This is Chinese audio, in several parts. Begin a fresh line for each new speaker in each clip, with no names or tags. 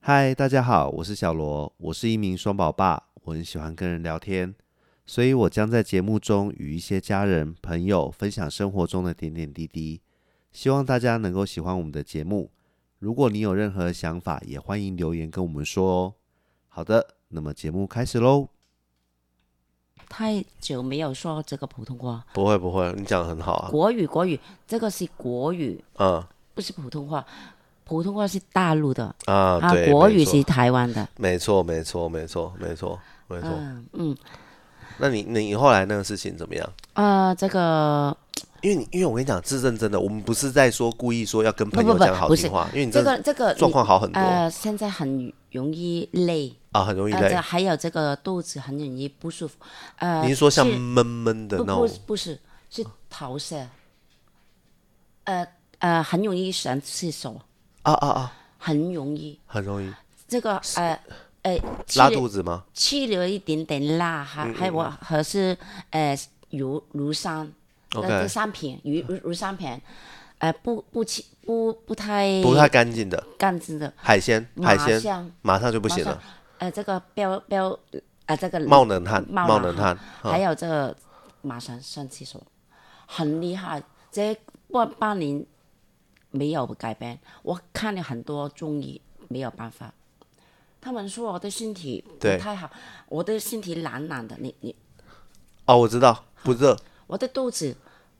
嗨，大家好，我是小罗，我是一名双宝爸，我很喜欢跟人聊天，所以我将在节目中与一些家人、朋友分享生活中的点点滴滴，希望大家能够喜欢我们的节目。如果你有任何想法，也欢迎留言跟我们说哦。好的，那么节目开始喽。
太久没有说这个普通话，
不会不会，你讲的很好啊。
国语国语，这个是国语，
嗯
不是普通话。普通话是大陆的，
啊
啊，国语是台湾的。
没错没错没错没错没错。
嗯嗯，
那你你后来那个事情怎么样？
啊，这个
因为你，因为我跟你讲，是认真的，我们不是在说故意说要跟朋
不
友
不不
讲好
不
听
是
话，因为你
这
真
个
的
这个你
状况好很多
呃，现在很容易累，
啊，很容易
呃，
累
这。还有这个肚子很容易不舒服，呃，
你是说像
是
闷闷的
不
那
不
种啊
是不是是投射，呃呃，很容易上厕所，
啊啊啊，
很容易
很容易
这个呃呃吃
拉肚子吗？
去了一点点辣，
嗯
还还我还是呃乳乳酸，这
OK 嗯
这三片乳乳乳酸片，呃不不清不不太
不太干净的
干净的，
海鲜，海
马
鲜
上
马上就不
马
行
上
了，
呃这个标标呃这个
冒冷汗，
冒
冒
冷
冷汗。啊
还有这个马上上厕所，很厉害，这半半年没有改变，我看了很多中医，没有办法。他们说我的身体不
对
太好，我的身体懒懒的，你你
哦，我知道，不热，
我的肚子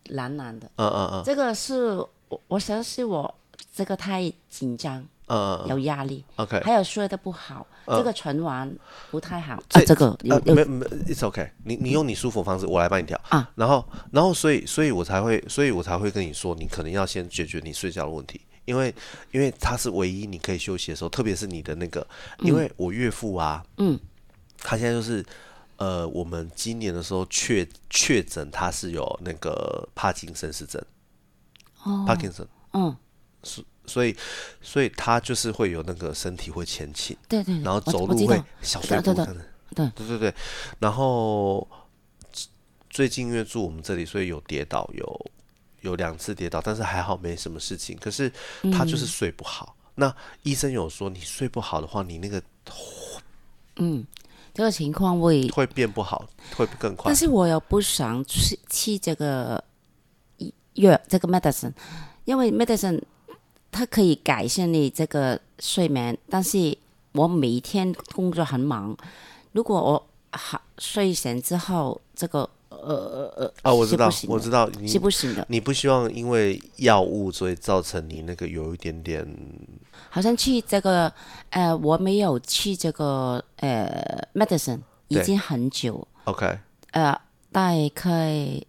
懒懒的，
嗯嗯嗯
这个是我我想是我这个太紧张，
嗯嗯
有压力，
，OK，
还有睡得不好，这个循环不太好。
啊这
啊、这个有
呃，
有、
没没，it's okay，你你用你舒服的方式，我来帮你调
啊。
然后，然后，所以，所以我才会，所以我才会跟你说，你可能要先解决你睡觉的问题，因为因为它是唯一你可以休息的时候，特别是你的那个，因为我岳父啊，
嗯，
他现在就是。呃，我们今年的时候确确诊他是有那个帕金森氏症，哦，帕金森，
嗯，
所以所以他就是会有那个身体会前倾，
对对，对
然后
我
走
我
路
知
会
道
小碎步
对对
可能，
对
对对对，然后最近因为住我们这里，所以有跌倒，有有两次跌倒，但是还好没什么事情。可是他就是
嗯
睡不好。那医生有说，你睡不好的话，你那个
这个情况会，
会变不好，会更快
但。是我又不想吃吃这个药这个 medicine，因为 medicine 它可以改善你这个睡眠，但是我每天工作很忙，如果我好睡醒之后，这个呃呃呃
啊，我知道
是，不
我
行
知道，
的，是
你
不行的，
你不希望因为药物，所以造成你那个有一点点
好像去这个呃，我没有去这个呃 medicine 已
对
经很久，
OK，
呃，大概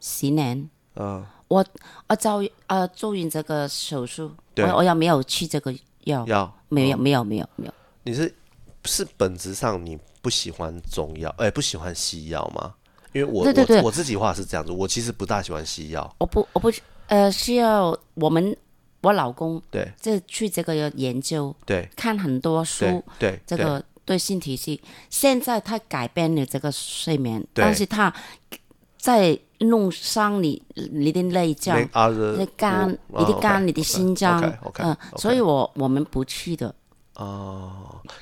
十年。
嗯、
我我做呃做完这个手术，
对
我我又没有去这个药，
药
没有没有没有没有，
你是是本质上你不喜欢中药，哎、不喜欢西药吗？因为我
对对对
我我自己话是这样子，我其实不大喜欢西药。
我不我不呃需要我们我老公
对
这去这个研究，
对
看很多
对
书，
对，
这个对身体是现在他改变了这个睡眠，
对
但是他在弄伤你你的
对
内脏、
那啊
你
other
的肝、
我
你的
啊
肝、
，OK，
你的心脏，嗯
OK，OK，OK
所以我我们不去的。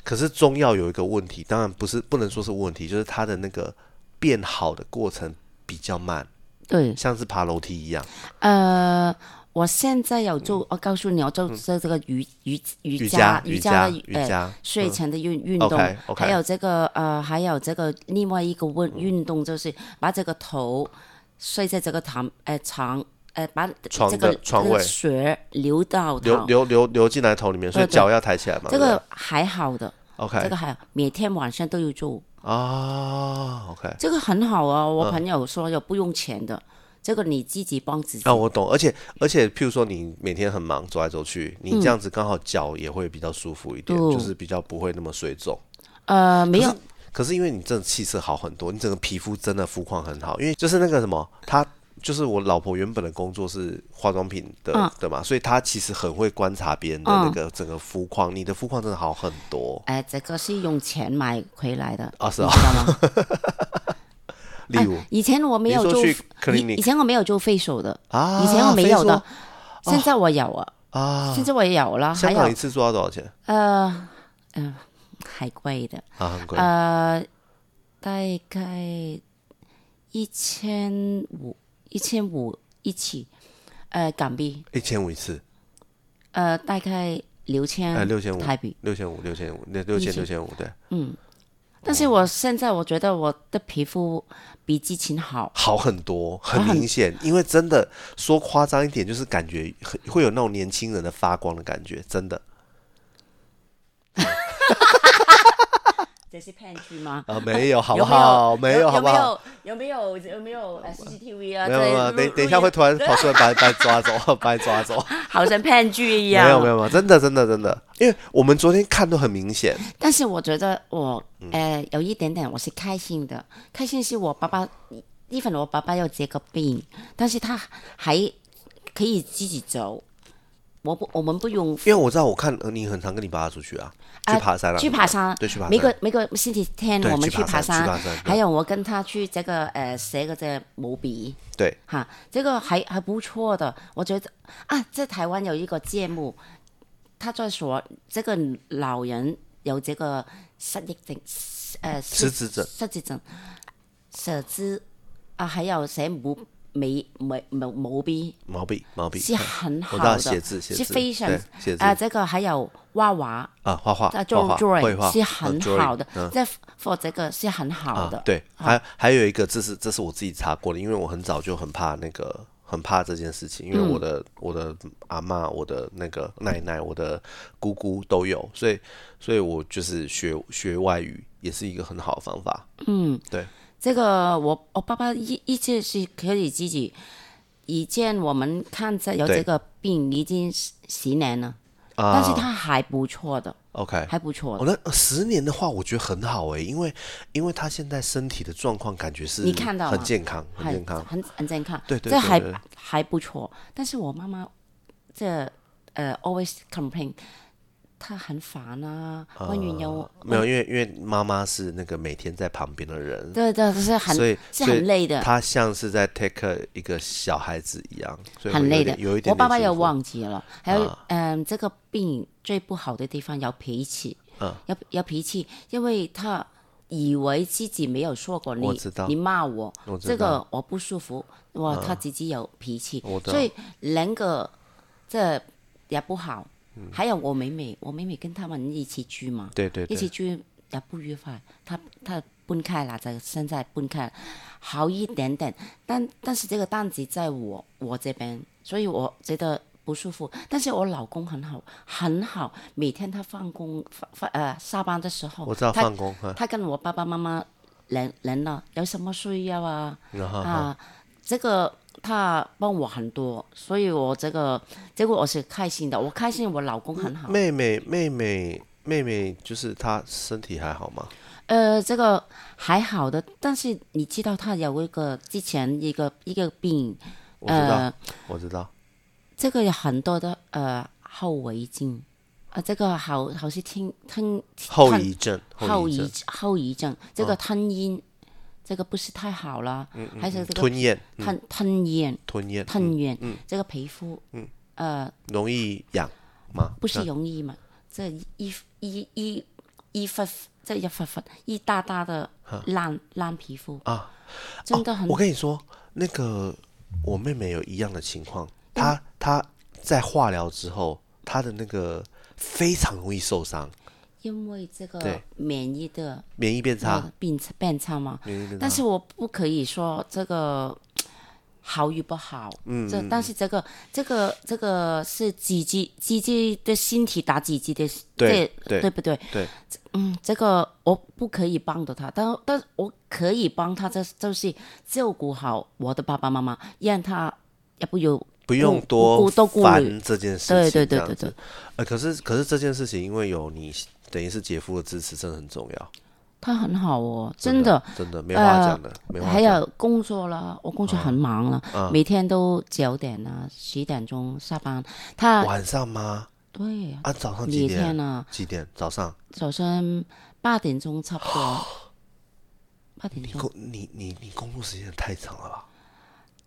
可是中药有一个问题，当然不是不能说是问题，就是它的那个变好的过程比较慢，
对，
像是爬楼梯一样。嗯
呃，我现在有做，我告诉你，我做做这个瑜瑜
瑜
瑜
伽
伽
嗯瑜
伽
伽
的
瑜
呃
伽，
睡前的运运动
嗯 OK，OK
还有这个呃，还有这个另外一个运运动就是把这个头睡在这个躺呃床呃把
床
这个
的床
这个
位
血流到
流
头，
流流流进来头里面，所以
对对
脚要抬起来嘛。
这
对不
个
对
还好的，这
OK
个还好，每天晚上都要做，
啊 OK，
这个很好啊。
嗯
我朋友说要不用钱的，这个你自己帮自己
啊，。我懂，而且而且，譬如说你每天很忙，走来走去，你这样子刚好脚也会比较舒服一点，
对
就是比较不会那么水肿。
呃，嗯没有
可是，可是因为你真的气色好很多，你整个皮肤真的肤况很好，因为就是那个什么，她就是我老婆原本的工作是化妆品的、
嗯
的嘛，所以她其实很会观察别人的那个整个肤况，你的肤况真的好很多。
哎，这个是用钱买回来的，
啊是啊
你知道吗？
例如、
以前我哎没有
你说
做，
去
以
clinic
以前我没有做 facial 的，
啊，
以前我没有的，
非
现在我有啊，
说啊，
现在我有了，还
香港一
有
次做要多少钱？
呃嗯、还贵的，
啊，很贵，
呃，大概一千五，一千五一起，呃，港币，
一千五一次，
呃，大概六千，
哎，六千五，
台币。
六千五，六千五，那六千六千五，对，哦
但是我现在我觉得我的皮肤比之前好，
好很多，很明显，因为真的说夸张一点，就是感觉很会有那种年轻人的发光的感觉，真的
这是骗局吗？
啊，没有，好不
有
好？
没
没有，好不好？？
有没有有没有呃 CCTV 啊？
没有，没有，
这
等等一下会突然跑出来把把你抓走， 把你抓走。
好像骗局一
没
样。
有，没有，没有，真的，真的，真的，因为我们昨天看都很明显，
但是我觉得我
嗯
呃有一点点我是开心的，开心是我爸爸，一份我爸爸有这个病，但是他还可以自己走，我不我们不用
因为我知道，我看呃你很常跟你爸爸出去啊，去
啊
爬山啊，
去爬山，
对去爬山
每个每个星期天
对
我们
去爬
爬
山去爬山对
还有我跟他去这个呃写个这毛笔。
对，
哈，这个还还不错的，我觉得啊，在台湾有一个节目，他在说这个老人有这个失忆症，呃，
失智症
失智症，失智啊，还有写毛眉眉毛毛笔
毛笔，毛笔，
是很好
我知道
的，
写字，写字，
是非常
对写字
啊，这个还有画画。
啊，画画，
啊，
画
做
画，绘画
drawing 是
啊
很
drawing，
好的
嗯，
在 for 这个是很好的
啊。，对，还还有一个，这是这是我自己查过的，因为我很早就很怕那个，很怕这件事情，因为
嗯
我的、我的阿嬷、我的那个奶奶、我的姑姑都有，所以所以我就是学学外语也是一个很好的方法。嗯，对，
这个我我爸爸一一直是可以自己，以前我们看着有
对
这个病已经十十年了，
啊、
但是他还不错的，
OK，
还不错
哦，
的。
那呃十年的话，我觉得很好哎、因为因为他现在身体的状况感觉是
你看到
很
吗
健康，很健康。
很很健康，
对对
这
对
还
对对
还不错。但是我妈妈这呃 always complain，她很烦啊，温云有
没有，因为因为妈妈是那个每天在旁边的人，
对对，是很
所以
是
所以
很累的，
他像是在 take care 一个小孩子一样，所以
很
我有
累
点
的。
有一点啊
我爸爸
点
也
辛苦
忘记了，还有嗯、这个病最不好的地方有脾气，
嗯
有有脾气，因为他以为自己没有说过你
我知道，
你骂我，
我知啊
这个我不舒服，哇，他自己有脾气
我，懂
所以人格这也不好。
嗯
还有我妹妹，我妹妹跟他们一起住嘛，
对对
一起
对，
住也不愉快，他他分开了，这个现在分开了，好一点点，但但是这个单子在我我这边，所以我觉得不舒服。但是我老公很好，很好，每天他放工放放呃下班的时候，
我知道
他
放工啊哈，
他跟我爸爸妈妈人人了，有什么需要啊？
然后哈
啊，这个他帮我很多，所以我这个结果我是开心的，我开心我老公很好。
妹妹妹妹妹妹就是她身体还好吗？
呃，这个还好的，但是你知道他有一个之前一个一个病，
我知道
呃，
我知道，
这个有很多的呃后遗症，啊、这个好好像听听
后遗症后
后
遗症
遗后遗症，这个吞咽，这个不是太好了，还是这个
嗯吞嗯咽
吞吞咽
吞咽
吞咽，这个皮肤，
嗯
呃，
容易痒吗？
不是容易嘛，这一一一一忽忽这一忽忽一大大的烂烂皮肤
啊，
真的很
我跟你说，那个我妹妹有一样的情况，
嗯
她她在化疗之后，她的那个非常容易受伤，
因为这个
对
免疫的
免疫变差
呃，变差变差嘛
免疫变，
但是我不可以说这个好与不好，嗯，这但是这个这个这个是自己自己的身体打自己的，
对对
这对不对？
对，
嗯，这个我不可以帮到他，但但我可以帮他，这就是照顾好我的爸爸妈妈，让他也不有
不用
顾
多
顾多顾虑，
烦这件事情。
对对对
这样
对
子
对，
呃，可是可是这件事情，因为有你等于是姐夫的支持，真的很重要，啊
他很好哦，真的。呃
真的没话讲的，没话
还
讲。啊
有工作啦，我工作很忙啦，每天都九点啊、十点钟下班。他
晚上吗？
对啊，
啊，早上几
每天
点？
啊，
几点？早上？
早上八点钟差不 多，八点
你
钟。
工你你你工作时间也太长了吧？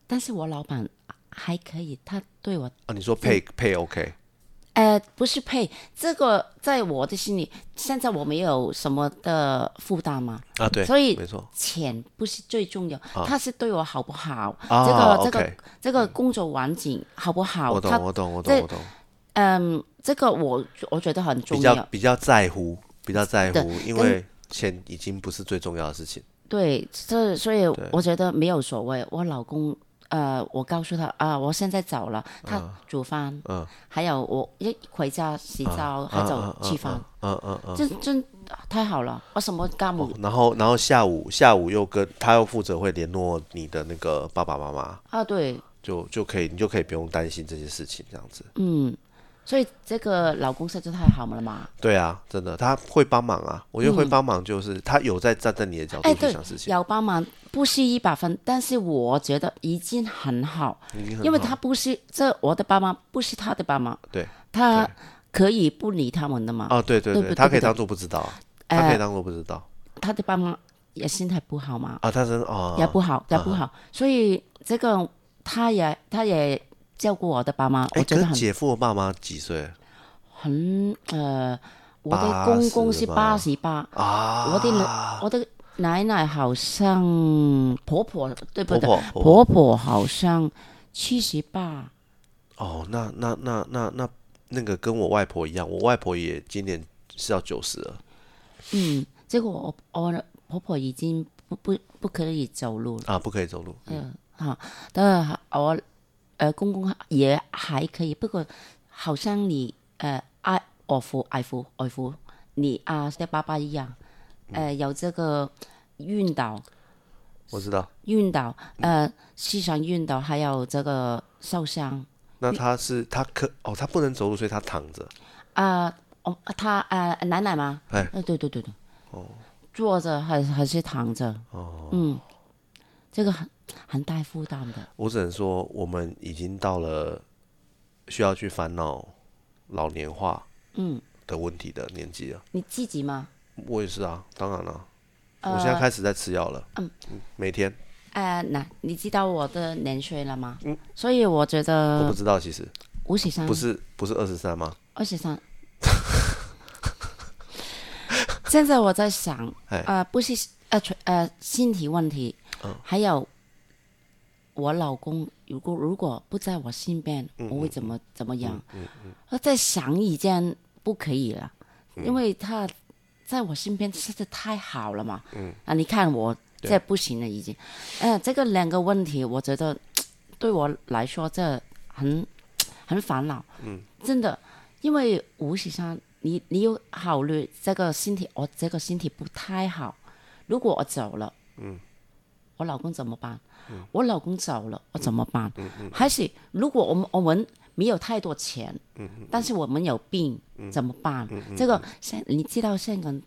但是我老板还可以，他对我，嗯
啊，你说配配 OK？
哎、呃，不是配这个，在我的心里，现在我没有什么的负担嘛，
啊，对，
所以
没错，
钱不是最重要，他是对我好不好，
啊
这个这个
OK
这个工作环境好不好，
我
他
懂，我懂，我懂，
这
我懂，
嗯，这个我我觉得很
比
重
较
要，
比较在乎，比较在
对
乎，因为钱已经不是最重要的事情。
对，这所以我觉得没有所谓。我老公，呃，我告诉他啊、我现在走了，他煮饭，
嗯
还有我一回家洗澡，他
嗯
就吃饭，
嗯嗯嗯。哦
这真太好了，我什么干不、
然后，然后下午下午又跟他又负责会联络你的那个爸爸妈妈，
啊？对，
就就可以你就可以不用担心这些事情，这样子。
嗯，所以这个老公实在太好了嘛。
对啊，真的，他会帮忙啊，我觉得会帮忙就是、他有在站在你的角
嗯哎，
度去
对
想事，情，
有帮忙不是一百分，但是我觉得已经很好，
已经很
因为
好
他不是这我的爸妈，不是他的爸妈，
对
他
对
可以不理他们的嘛。
啊，对对
对
对，
不
他可以
对不
当做不知道，啊他可以
呃，
当做不知道
他的爸妈也心态不好嘛，
啊，他真哦，
也不好，也不好，所以这个他也他也照顾我的爸妈，
哎，
我觉得
跟
很
姐夫的爸妈几岁
很呃，我
八
的公公
十
是
吗
八十八，
啊？
我的奶我的奶奶好像婆婆对
婆
不对？
婆婆婆
婆婆好像七十八，
哦，那那那那那那个跟我外婆一样，我外婆也今年是要九十了
嗯，结果我我的婆婆已经不不不可以走路了，
啊，不可以走路，嗯
哈，但是我呃公公也还可以，不过好像你呃爱我父爱父爱父，你啊的爸爸一样，呃有这个晕倒
我知道。
晕倒，呃思想晕倒，还有这个受伤
那他是他可哦，他不能走路，所以他躺着。
啊，哦他呃奶奶吗？
哎
呃对对对对，哦，坐着还还是躺着？哦，嗯，这个很很大负担的。
我只能说，我们已经到了需要去烦恼老年化
嗯，
的问题的年纪了。
你自己吗？
我也是啊，当然了、我现在开始在吃药了。嗯，每天
呃，那你知道我的年岁了吗？所以我觉
嗯我
得
不知道，其实
五十三
不，是不是二十三吗？
二十三。现在我在想，
哎
呃，不是呃除呃身体问题，还有我老公如果如果不在我身边，我会怎么怎么样？我在想已经不可以了，因为他在我身边实在太好了嘛。啊，你看我这不行了已经。呃，这个两个问题，我觉得对我来说这很很烦恼。嗯，真的，因为五十三，你你有考虑这个身体，我这个身体不太好。如果我走了，嗯，我老公怎么办？
嗯
我老公走了，我怎么办？还是如果我们我们没有太多钱，
嗯
但是我们有病，怎么办？这个现你知道香港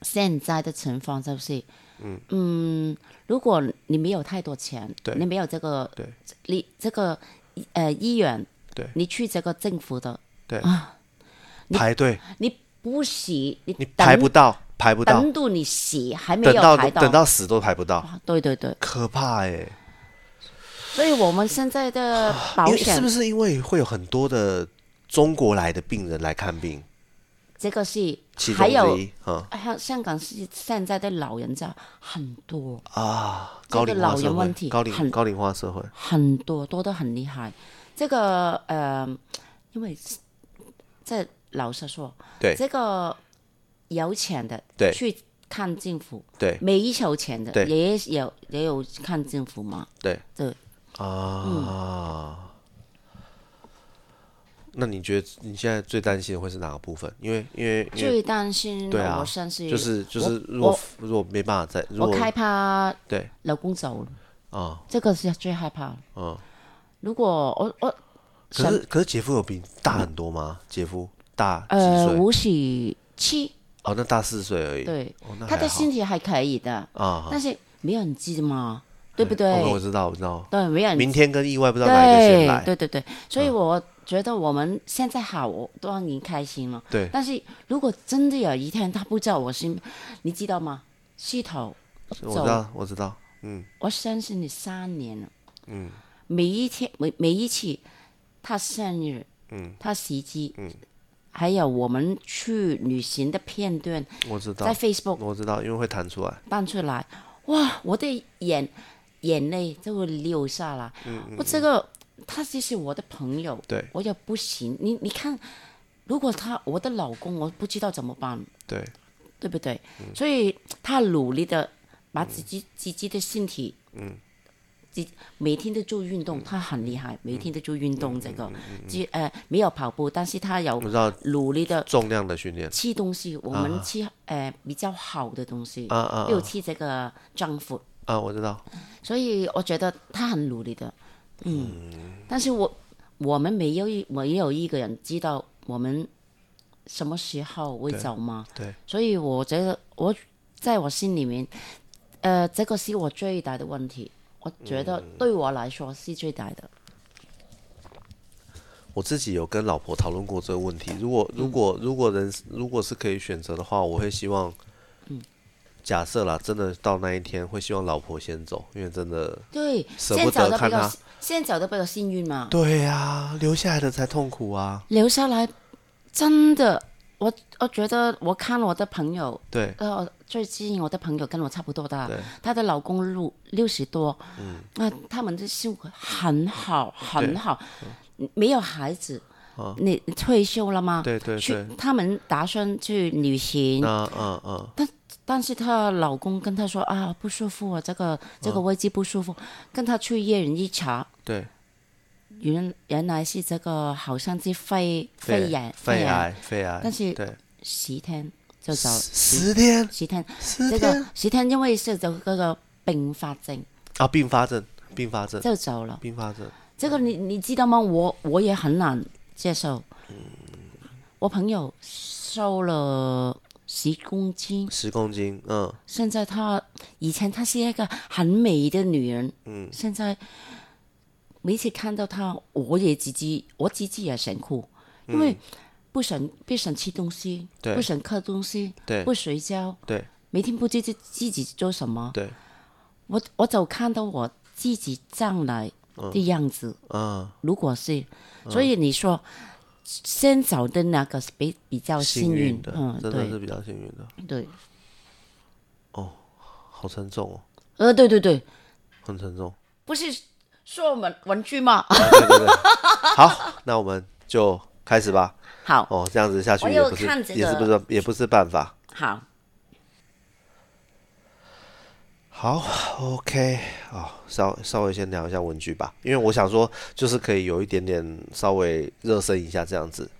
现在的情况就是，嗯，如果你没有太多钱，
对
你没有这个，
对，
你这个呃医院，
对
你去这个政府的，
对排队
你不洗，你
你
等
排不到，排不到，
等到你洗还没
等
有
到
排
等到死都排不到，
啊对对对，
可怕哎、欸！
所以我们现在的保
啊因为
险
是不是因为会有很多的中国来的病人来看病？
这个是
其中
还有
之一，嗯
还有香港是现在的老人家很多
啊，
这
高
个
龄化
老
社
人
会
问，题
高龄
很
高龄化社会，
很多多得很厉害，这个呃，因为这老实说，
对
这个有钱的
对
去看政府，
对
没有钱的
对
也有也有看政府嘛，
对
对。
啊。那你觉得你现在最担心的会是哪个部分？因为因为因为
最担心
对啊
我算是
就是就是，如
我
果如果没办法再，如
我
果
害怕
对
老公走了，
啊
这个是最害怕的。
嗯，
如果我我
可是可是姐夫有比你大很多吗？姐夫大几
呃
岁？
五十七，
哦，那大四岁而已。
对，
哦，那
他
还
的
好
身体还可以的，
啊，
但是没有人知嘛，对不
哦我
对？
知道我知道，
对，没有人
明天跟意外不知道哪一个先
对
来。嗯
对对对，所以我觉得我们现在好，我当然开心了。
对
但是如果真的有一天他不知道我是，你知道吗？系统，
我知道我知道，嗯，
我相信你三年了。嗯。每一天每每一次他生日，嗯，它袭击，嗯，还有我们去旅行的片段
我知道
在，Facebook
我知道，因为会弹出来，
搬出来，哇，我的眼眼泪就会流下来。我这个他就是我的朋友，
对
我也不行。你你看，如果他我的老公，我不知道怎么办，
对，
对不对？
嗯
所以他努力的把自己、自己的身体，嗯，自每天都做运动，他很厉害，每天都做运动。这个，
嗯
只呃没有跑步，但是他有
我知道
努力的
重量的训练，
吃东西，我们吃、呃比较好的东西，
啊啊
又吃这个 junk food。
啊，我知道，
所以我觉得他很努力的，嗯，但是我我们没有一没有一个人知道我们什么时候会走嘛，
对，
所以我觉得我在我心里面，呃，这个是我最大的问题，我觉
嗯
得对我来说是最大的，
我自己有跟老婆讨论过这个问题。如果如果如果人如果是可以选择的话，我会希望，嗯假设啦，真的到那一天，会希望老婆先走，因为真的，
对，
舍
先
不
走
得
的比
看
较
他
先走的比较幸运嘛，
对呀、留下来的才痛苦啊。
留下来真的，我我觉得我看我的朋友。
对，
呃，最近我的朋友跟我差不多大
对，
她的老公六六十多，嗯，那、他们的生活很好，很好，没有孩子，
哦
你退休了吗？
对对
去
对，
他们打算去旅行，
那嗯嗯，
但是她老公跟她说啊不舒服啊，这
嗯
个这个位置不舒服，跟她去医院一查，
对，
原原来是这个好像是肺
肺
炎
肺
炎，
癌肺癌，
但是
对
十天就走，
十天
十天
十
这
天
个十天因为是这个并发症
啊，并发症并发症
就走了。
并发症，
这个你你知道吗？我我也很难接受。
嗯
我朋友瘦了十公斤，
十公斤，嗯，
现在她以前她是一个很美的女人，嗯，现在每次看到她，我也自己我自己也想哭，因为不想不想吃东西，
嗯对
不想喝东西，
对
不睡觉，
对
每天不知道自己做什么。
对，
我我就看到我自己将来的样子，
嗯，
如果是，所以你说先找的那个是比比较
幸
运，
的，
嗯，
真的是
对
比较幸运的，
对，
好沉重哦，
呃，对对对，
很沉 重。
不是说文文具吗？
对对对，好，那我们就开始吧。
好
哦，这样子下去
我
也
有
不是，
看这
也是
个
不是也不是办法。
好，
好，OK，哦，稍稍微先聊一下文具吧，因为我想说，就是可以有一点点稍微热身一下这样子，